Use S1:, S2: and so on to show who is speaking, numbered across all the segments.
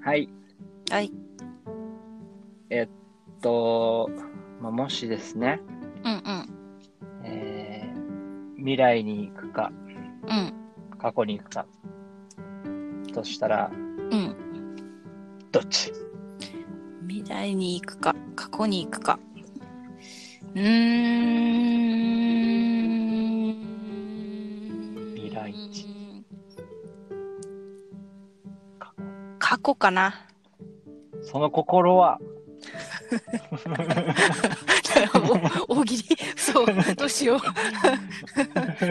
S1: はい。
S2: はい。
S1: えっと、まあ、もしですね、
S2: うんうん。
S1: えー未来に行くか、
S2: うん。
S1: 過去に行くか、としたら、
S2: うん。
S1: どっち
S2: 未来に行くか、過去に行くか。うーん。
S1: 未来一
S2: 過去かな。
S1: その心は、
S2: お 大喜利、そう、どうしよう。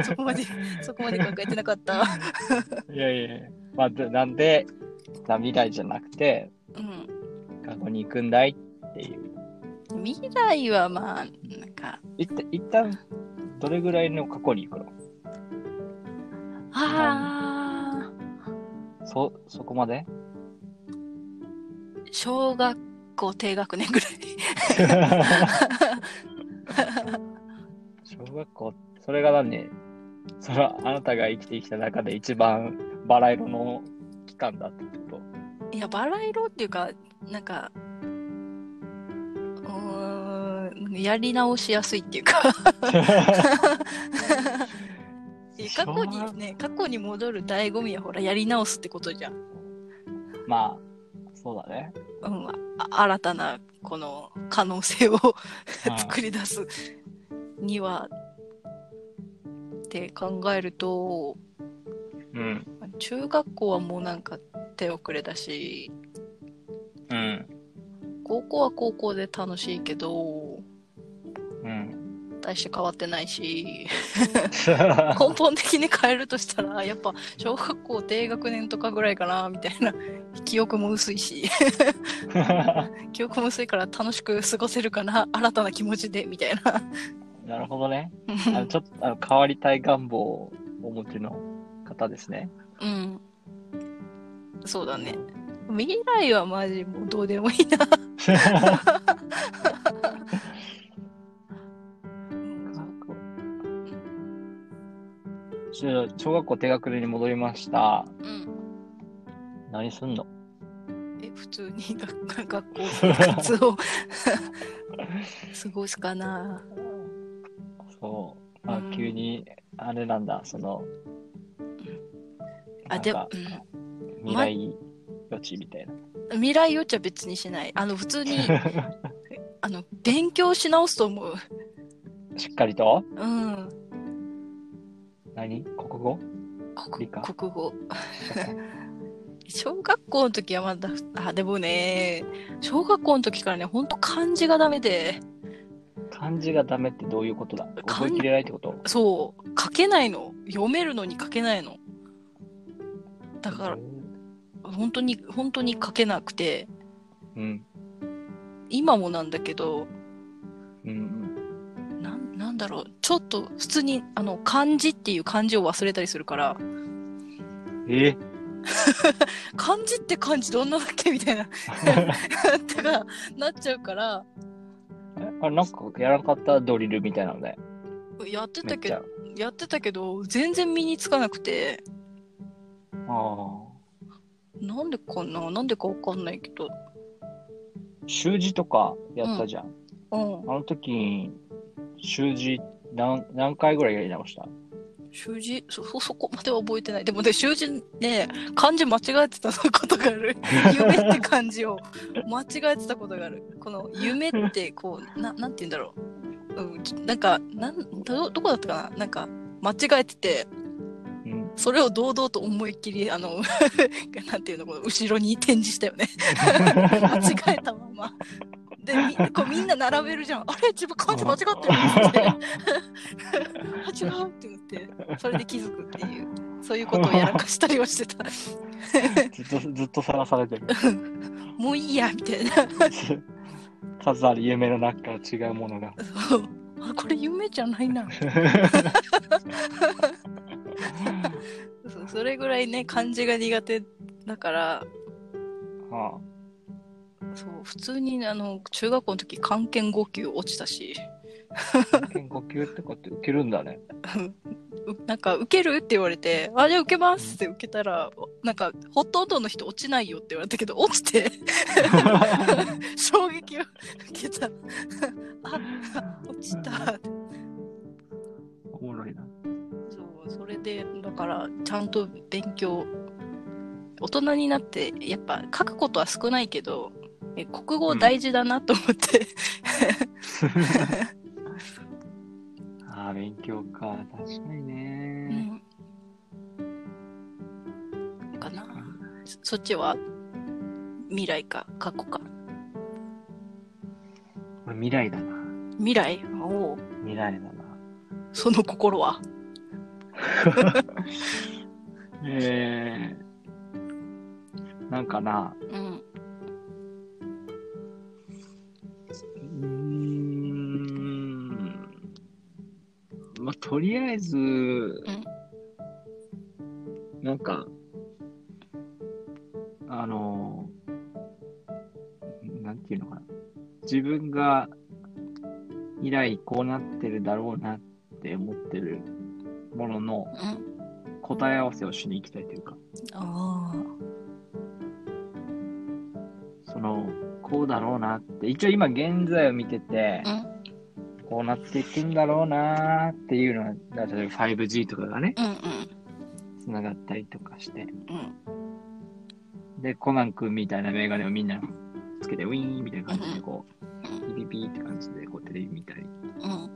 S2: そこまで、そこまで考えてなかった。
S1: いやいやいや、まあ、でなんで、まあ未来じゃなくて、
S2: うん。
S1: 過去に行くんだいっていう。
S2: 未来はまあ、なんか、
S1: いった一旦、どれぐらいの過去に行くの
S2: あ
S1: そ、そこま で
S2: あ、小学校低学年ぐらい。
S1: 小学校、それが何それはあなたが生きてきた中で一番バラ色の期間だってこと
S2: いや、バラ色っていうか、なんか、うーん、やり直しやすいっていうか。 過去
S1: 小学
S2: にね、過去に戻る醍醐味はほら、やり直すってことじゃん。
S1: まあ、そうだね。
S2: うん、あ新たな、この、可能性を 作り出すには、って考えると、
S1: うん。
S2: 中学校はもうなんか手遅れだし、
S1: うん。
S2: 高校は高校で楽しいけど、
S1: うん。
S2: 大して変わってないし、根本的に変えるとしたらやっぱ小学校低学年とかぐらいかなみたいな記憶も薄 いし記憶も薄いから楽しく過ごせるかな新たな気持ちでみたい な
S1: なるほどね。あのちょっとあの変わりたい願望をお持ちの方ですね。
S2: うんそうだね未来はマジもうどうでもいい なうん
S1: し小学校低学年に戻りました。
S2: うん
S1: 何すんの
S2: え普通に学学校生活 を過ごすかな
S1: そう。あ
S2: うん
S1: 急に、あれなんだ、その、
S2: あで
S1: な
S2: も
S1: んか、
S2: うん
S1: 未来予知みたいな。
S2: 未来予知は別にしない。あの、普通に、あの、勉強し直すと思う。
S1: しっかりと
S2: うん。
S1: 何国語理
S2: 国
S1: 科
S2: 国語。 小学校の時はまだ、あ、でもね、小学校の時からね、ほんと漢字がダメで、
S1: 漢字がダメってどういうことだ
S2: 漢
S1: 覚えきれないってこと
S2: そう、書けないの。読めるのに書けないの。だから、本当に、本当に書けなくて、
S1: うん。
S2: 今もなんだけど、
S1: うん。
S2: なんなんだろう、ちょっと普通に、あの、漢字っていう漢字を忘れたりするから、
S1: え
S2: 漢字って漢字どんなだっけみ たいな とかなっちゃうから
S1: あれなんかやらなかったドリルみたいなので。
S2: やって
S1: め
S2: た
S1: っ
S2: け
S1: ちゃ
S2: ど。やってたけど全然身につかなくて
S1: あ
S2: なんでかななんでかわかんないけど
S1: あ。習字とかやったじゃん。
S2: うん
S1: あの時、習字何何回ぐらいやり直した
S2: 習字そそそこまでは覚えてないでもね習字ね漢字間違えてたことがあ る夢って漢字を間違えてたことがあるこの夢ってこうななんて言うんだろう、うんちょ、なんかなんどどこだったかななんか間違えてて
S1: うん。
S2: それを堂々と思いっきり、あの、 なんていうの、この後ろに展示したよね。間違えたまま。で、みこうみんな並べるじゃん。あれ自分漢字間違ってるってあ、違うって言って、それで気づくっていう、そういうことをやらかしたりはしてた。
S1: ずっと、ずっとさらされて る。
S2: もういいや、みたいな。
S1: 数ある夢の中から違うもの が。
S2: そうあ、これ夢じゃないな。そうそれぐらいね、漢字が苦手だから、
S1: あ
S2: そう普通にあの中学校の時漢検5級落ちたし
S1: あ。健呼吸ってこと受けるんだね。
S2: うなんか受けるって言われて、あ、じゃあ受けますって受けたら、おなんかほとんどの人落ちないよって言われたけど、落ち て、衝撃を受け た。あ、落ちた。
S1: おもろい な。
S2: そう、それで、だから、ちゃんと勉強、大人になって、やっぱ書くことは少ないけど、え国語大事だなと思って、
S1: ああ、勉強か。確かに
S2: う
S1: ね。
S2: ん。かな。そそっちは未来か過去か。
S1: これ未来だな。
S2: 未来おう
S1: 未来だな。
S2: その心は。
S1: えー、なんかな、
S2: うん。
S1: うーん、まあ、とりあえず、なんか、あの、なんていうのかな、自分が以来こうなってるだろうなって思ってるものの
S2: うん。
S1: 答え合わせをしに行きたいというか、
S2: あ
S1: その、こうだろうなって、一応今現在を見てて、
S2: あ。
S1: こうなっていくんだろうなーっていうのは、例えば 5G とかがね、
S2: うん。うん
S1: つながったりとかして、
S2: うん。うん。
S1: で、コナン君みたいなメガネをみんなつけて、ウィーンみたいな感じで、こ
S2: う
S1: う、ピピピって感じで、こう、テレビ見たり
S2: うん。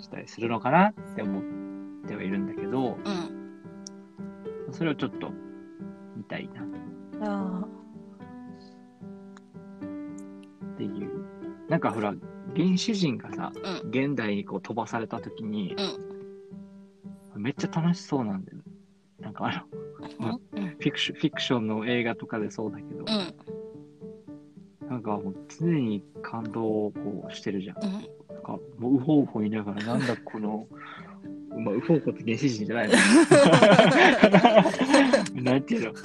S1: したりするのかなって思ってはいるんだけど、
S2: うん。
S1: それをちょっと見たいな
S2: あ
S1: っていう。なんかほら、原始人がさ、
S2: う
S1: 現代にこう飛ばされた時に、めっちゃ楽しそうなんだよね。なんかあの、
S2: あ。うん。
S1: フィクションフィクションの映画とかでそうだけど、
S2: うん。
S1: なんかもう常に感動をこうしてるじゃん。
S2: うん。
S1: なんかもうウホウホ言いながら、なんだこの、 まあ、ウホウホって原始人じゃな いのなんていうの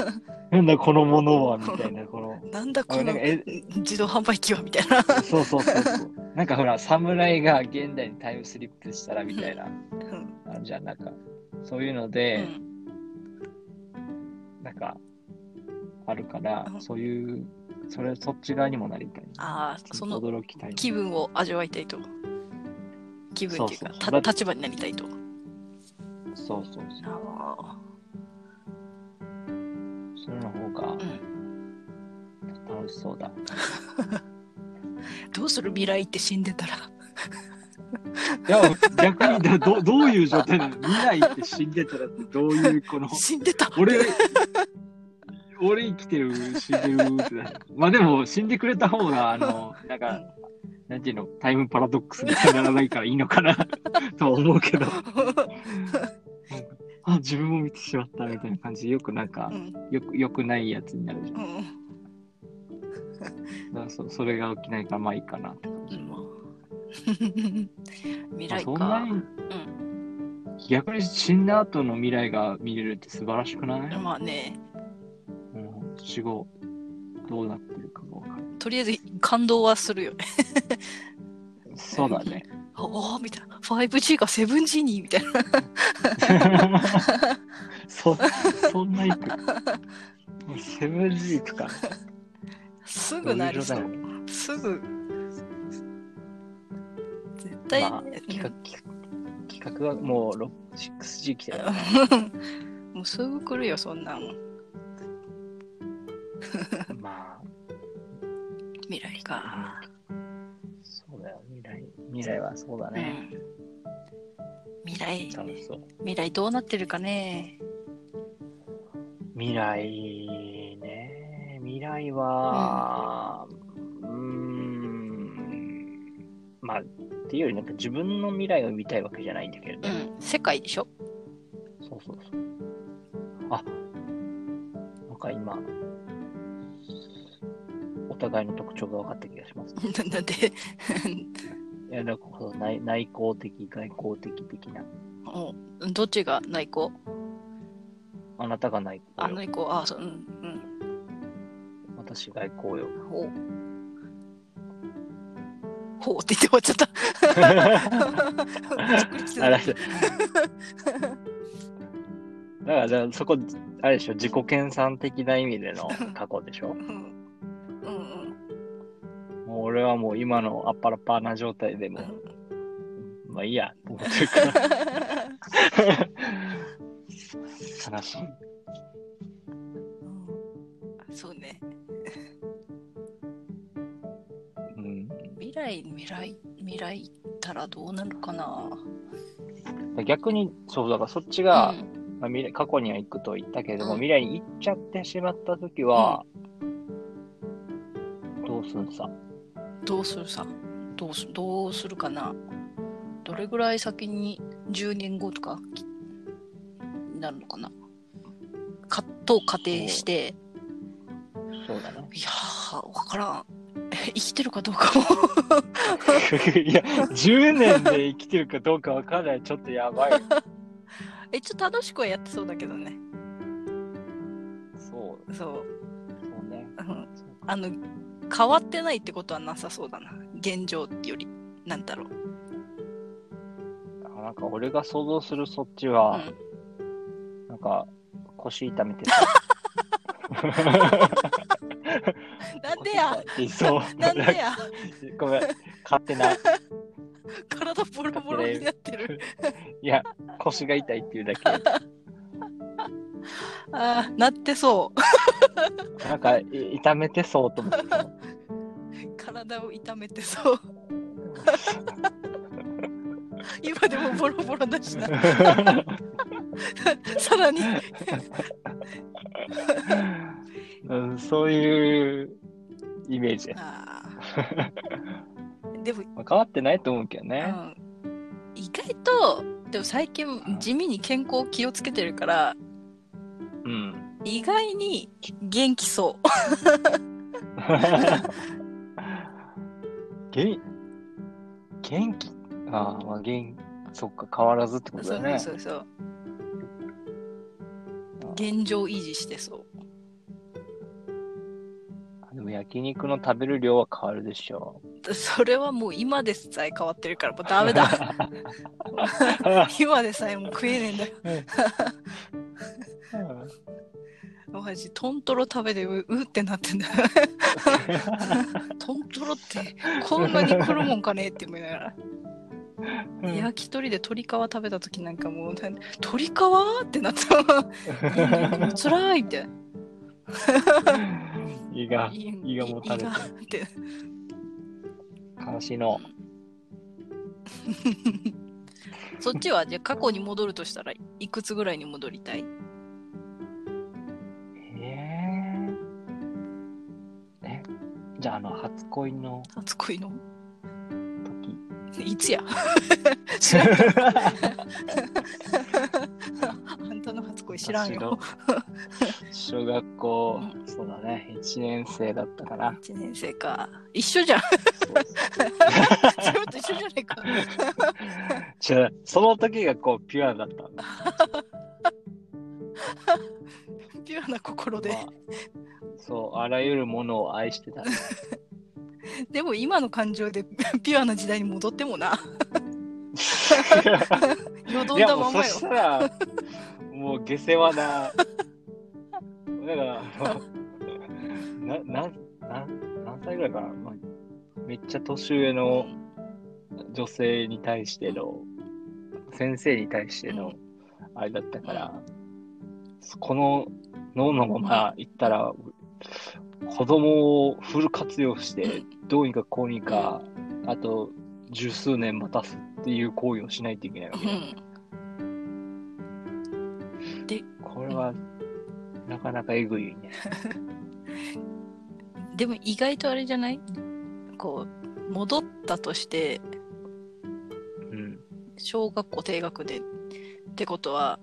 S1: なんだこのものはみたいな、この。
S2: なんだ
S1: あ
S2: こ
S1: なん
S2: の
S1: かえ
S2: 自動販売機はみたいな。
S1: そうそうそう そう。なんかほら、侍が現代にタイムスリップしたらみたいな、
S2: うん。
S1: あるじゃん、なんか、そういうの
S2: う
S1: で、
S2: ん。
S1: なんか、あるから、
S2: うん
S1: そういう、それ、そっち側にもなりたい。
S2: ああ、その
S1: 驚きたい。
S2: 気分を味わいたいと。気分っていう
S1: そうそうそ
S2: か
S1: うだ、って
S2: た立場になりたいと。
S1: そうそうそう。
S2: ああ。
S1: それの方が
S2: ん
S1: 楽しそうだ。
S2: どうする未来って死んでたら。
S1: いや、逆にだど、どういう状態なの未来って死んでたらってどういうこの、
S2: 死んでた。
S1: 俺、俺生きてる、死んでるってなるまあでも、死んでくれた方が、あの、なんか、なんていうの、タイムパラドックスにならないからいいのかな とは思うけど、あ、自分も見てしまったみたいな感じで、よくなんか
S2: う、ん。
S1: よく、よくないやつになるじゃん
S2: う。ん。
S1: だからそそれが起きないから、まあいいかなって感じ。
S2: 未
S1: まあ
S2: 来
S1: そんな
S2: か。
S1: に、逆に死んだ後の未来が見れるって素晴らしくない、
S2: まあね、
S1: うん、死後どうなってるかもわかる。
S2: とりあえず感動はするよね。
S1: そうだね。
S2: おおみたいな。5G が 7G にみたいな。
S1: そそんな行く。セブン G とか。
S2: すぐなりそ
S1: 同
S2: う。
S1: 情だよ
S2: すぐ。絶対。
S1: まあ企画企画企画はもうろ 6G 来てる。
S2: うん もうすぐ来るよ、そんなの。
S1: ま
S2: 未来
S1: あ
S2: か。、
S1: そうだよ。未来未来はそうだ
S2: う
S1: ね。
S2: ん。未来、
S1: 楽しそう。
S2: 未来どうなってるかね。
S1: 未来ね未来はうーんまあっていうよりなんか自分の未来を見たいわけじゃないんだけれ
S2: う
S1: ど、
S2: ん。世界でしょ
S1: そうそうそうあなんか今お互いの特徴が分かった気がします、ね、
S2: なんだって。
S1: いやなんかこう内内向的外向的的な
S2: うんどっちが内向
S1: あなたが内向
S2: あ、
S1: よ
S2: 内向、あ、そう、うん、
S1: 私外向よ
S2: うん。おほうって言って終わっちゃった。 びっくりして
S1: あ
S2: た
S1: らだからじゃあそこあれでしょ自己研鑽的な意味での過去でしょ
S2: うんうん
S1: もう俺はもう今のあっぱらっぱな状態で
S2: う
S1: も
S2: ん。
S1: まあいい やと思ってるから悲しい
S2: うんそうね。
S1: うん
S2: 未来、未来、未来行ったらどうなるかな。
S1: 逆にそうだからそっちが、
S2: うん
S1: まあ、未来過去には行くと言ったけれども、
S2: うん
S1: 未来に行っちゃってしまった時は、どうすんさ
S2: どうするさ。どうすどうするかな。どれぐらい先に10年後とかきなるのかな。かと仮定して、
S1: そうだね
S2: いやー、わからん。え生きてるかどうかも。
S1: いや10年で生きてるかどうかわからないちょっとやばい
S2: え、ちょっと楽しくはやってそうだけどね。
S1: そう
S2: そう。
S1: そうね
S2: うんあの変わってないってことはなさそうだな現状よりなんだろう、
S1: あなんか俺が想像するそっち
S2: う
S1: は、
S2: ん、
S1: なんか腰痛めてた
S2: なんでや
S1: 腰痛いそう
S2: なんでや
S1: ごめん勝手な
S2: 体ボロボロになってる
S1: いや腰が痛いっていうだけ
S2: あーなってそう
S1: なんかい痛めてそうと思ってた
S2: 体を痛めてそう今でもボロボロ だしなさらに
S1: うん、 そういうイメージです。
S2: あーでも、
S1: まあ、変わってないと思うけど
S2: う
S1: ね。
S2: ん、意外とでも最近地味に健康気をつけてるから
S1: うん。
S2: 意外に元気そう
S1: 元元気ああ、まあ元そっか、変わらずってこと
S2: そ
S1: だ
S2: う
S1: ね。
S2: そうそうそう。現状維持してそう。
S1: でも焼肉の食べる量は変わるでしょ
S2: それはもう今でさえ変わってるからもうダメだ。 今でさえもう食えねえんだよ。
S1: う。
S2: マジトントロ食べてううってなって んだよ。トントロってこんなに来るもんかねって思いながら。焼き鳥で鶏皮食べた時なんかもうなん鶏皮って なった。つらいみたいな。
S1: 胃が
S2: 胃
S1: 胃がもたれて
S2: 胃がって。
S1: 悲しいの。
S2: そっちはじゃあ過去に戻るとしたらいくつぐらいに戻りたい
S1: えー、え、じゃああの初恋の
S2: 初恋 の
S1: 時。
S2: いつや知らんあんたの初恋知らんよ。
S1: 小学校、そうだね、1年生だったかな。
S2: 1年生か。一緒じゃん。 自分と一緒じゃな いか。
S1: じゃその時がこうピュアだったの
S2: ピュアな心で
S1: ま。あそう、あらゆるものを愛してた。
S2: でも今の感情でピュアな時代に戻ってもな。よ どん
S1: いや
S2: だ
S1: も
S2: ま
S1: うそ
S2: ま
S1: し。
S2: よ
S1: たら、もう下世話な。だ から、あのな、な、な何歳ぐらいかな、まあめっちゃ年上の女性に対しての、先生に対して
S2: う
S1: の、あれだったから、この脳のまま行ったら、子供をフル活用して、どうにかこうにか、あと十数年待たすっていう行為をしないといけないわけ
S2: う
S1: だよ
S2: ん
S1: これは、なかなかえぐいね。
S2: でも意外とあれじゃないこう戻ったとして
S1: うん。
S2: 小学校低学年ってことは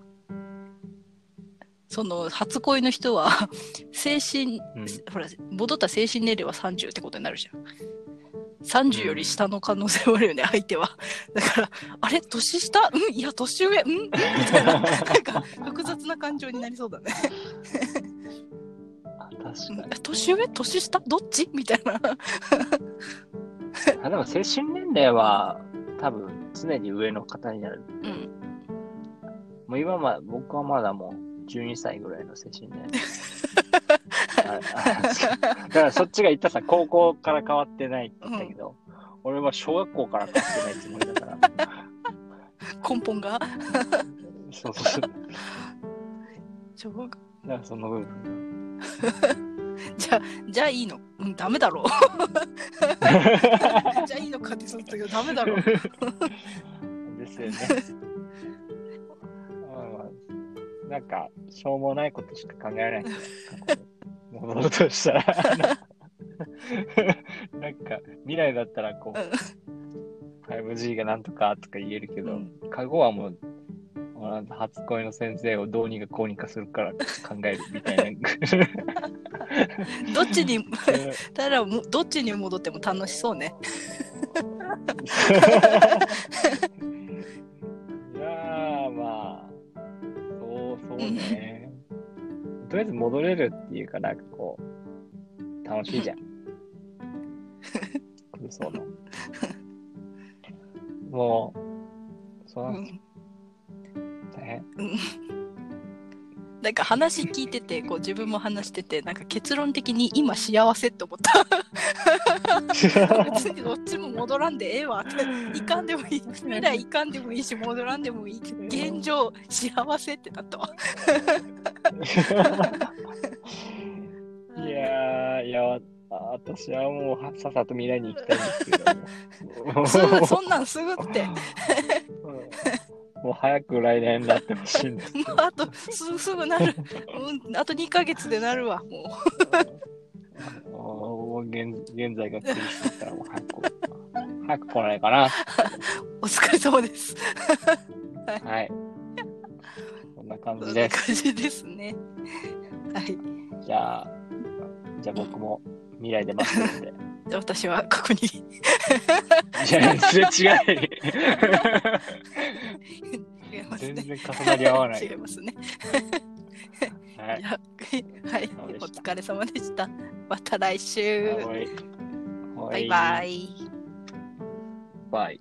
S2: その初恋の人は 精神、
S1: うん
S2: ほら戻った精神年齢は30ってことになるじゃん30より下の可能性はあるよね、相手はだからあれ年下うんいや年上うんみたいななんか複雑な感情になりそうだね
S1: あ確かに。
S2: 年上年下どっちみたいな
S1: あでも精神年齢は多分常に上の方になる。
S2: うん。
S1: もう今は僕はまだもう12歳ぐらいの精神年齢。ああそう だからそっちが言ったさ、高校から変わってないって言ったけど、俺は小学校から変わってないつもりだから。
S2: 根本が
S1: そうそうそう。
S2: 小学
S1: だからその部分。
S2: じゃあじゃあいいのうんダメだ ろうじゃあいいのかってそうだけどダメだろう
S1: ですよね。うんなんか、しょうもないことしか考えられない。戻ろうとしたら。 なんか、未来だったらこう、5G がなんとかとか言えるけど、
S2: うん
S1: カゴはもう、あの初恋の先生をどうにかこうにかするから考えるみたいな。
S2: どっちにただもうどっちに戻っても楽しそうね
S1: いやー、まあ、そう、そうね。とりあえず戻れるっていうか、なんかこう、楽しいじ ゃん。空想の。もう、そうう、
S2: ん
S1: ね。
S2: なんか話聞いててこう自分も話しててなんか結論的に今幸せって思った別 にどっちも戻らんでええわっていかんでもいい未来いかんでもいいし戻らんでもいいけど現状幸せってなっ たわ
S1: いやー、いや、私はもう、さっさと未来に行きたいんですけ ど、
S2: そんなそんなんすぐ って
S1: もう早く来年になってほしいんです。
S2: もうあとすすぐなる、うん、あと2ヶ月でなるわ
S1: も
S2: も
S1: う現現在が苦しいからもう早く早く来ないかな。
S2: うお疲れ様です
S1: はい。こんな感
S2: そ
S1: じ
S2: んな
S1: です。
S2: 感じですねはい
S1: じゃあ、じゃあ僕も未来で待ってるんで。
S2: じゃあ私はここに
S1: いや、全然違い。
S2: 違います
S1: 全
S2: ね
S1: 然重なり合わない。
S2: 違いますね
S1: はい
S2: じ。ゃあ はいお疲れ様でしたまた来週
S1: はい
S2: バイバイ
S1: バイ。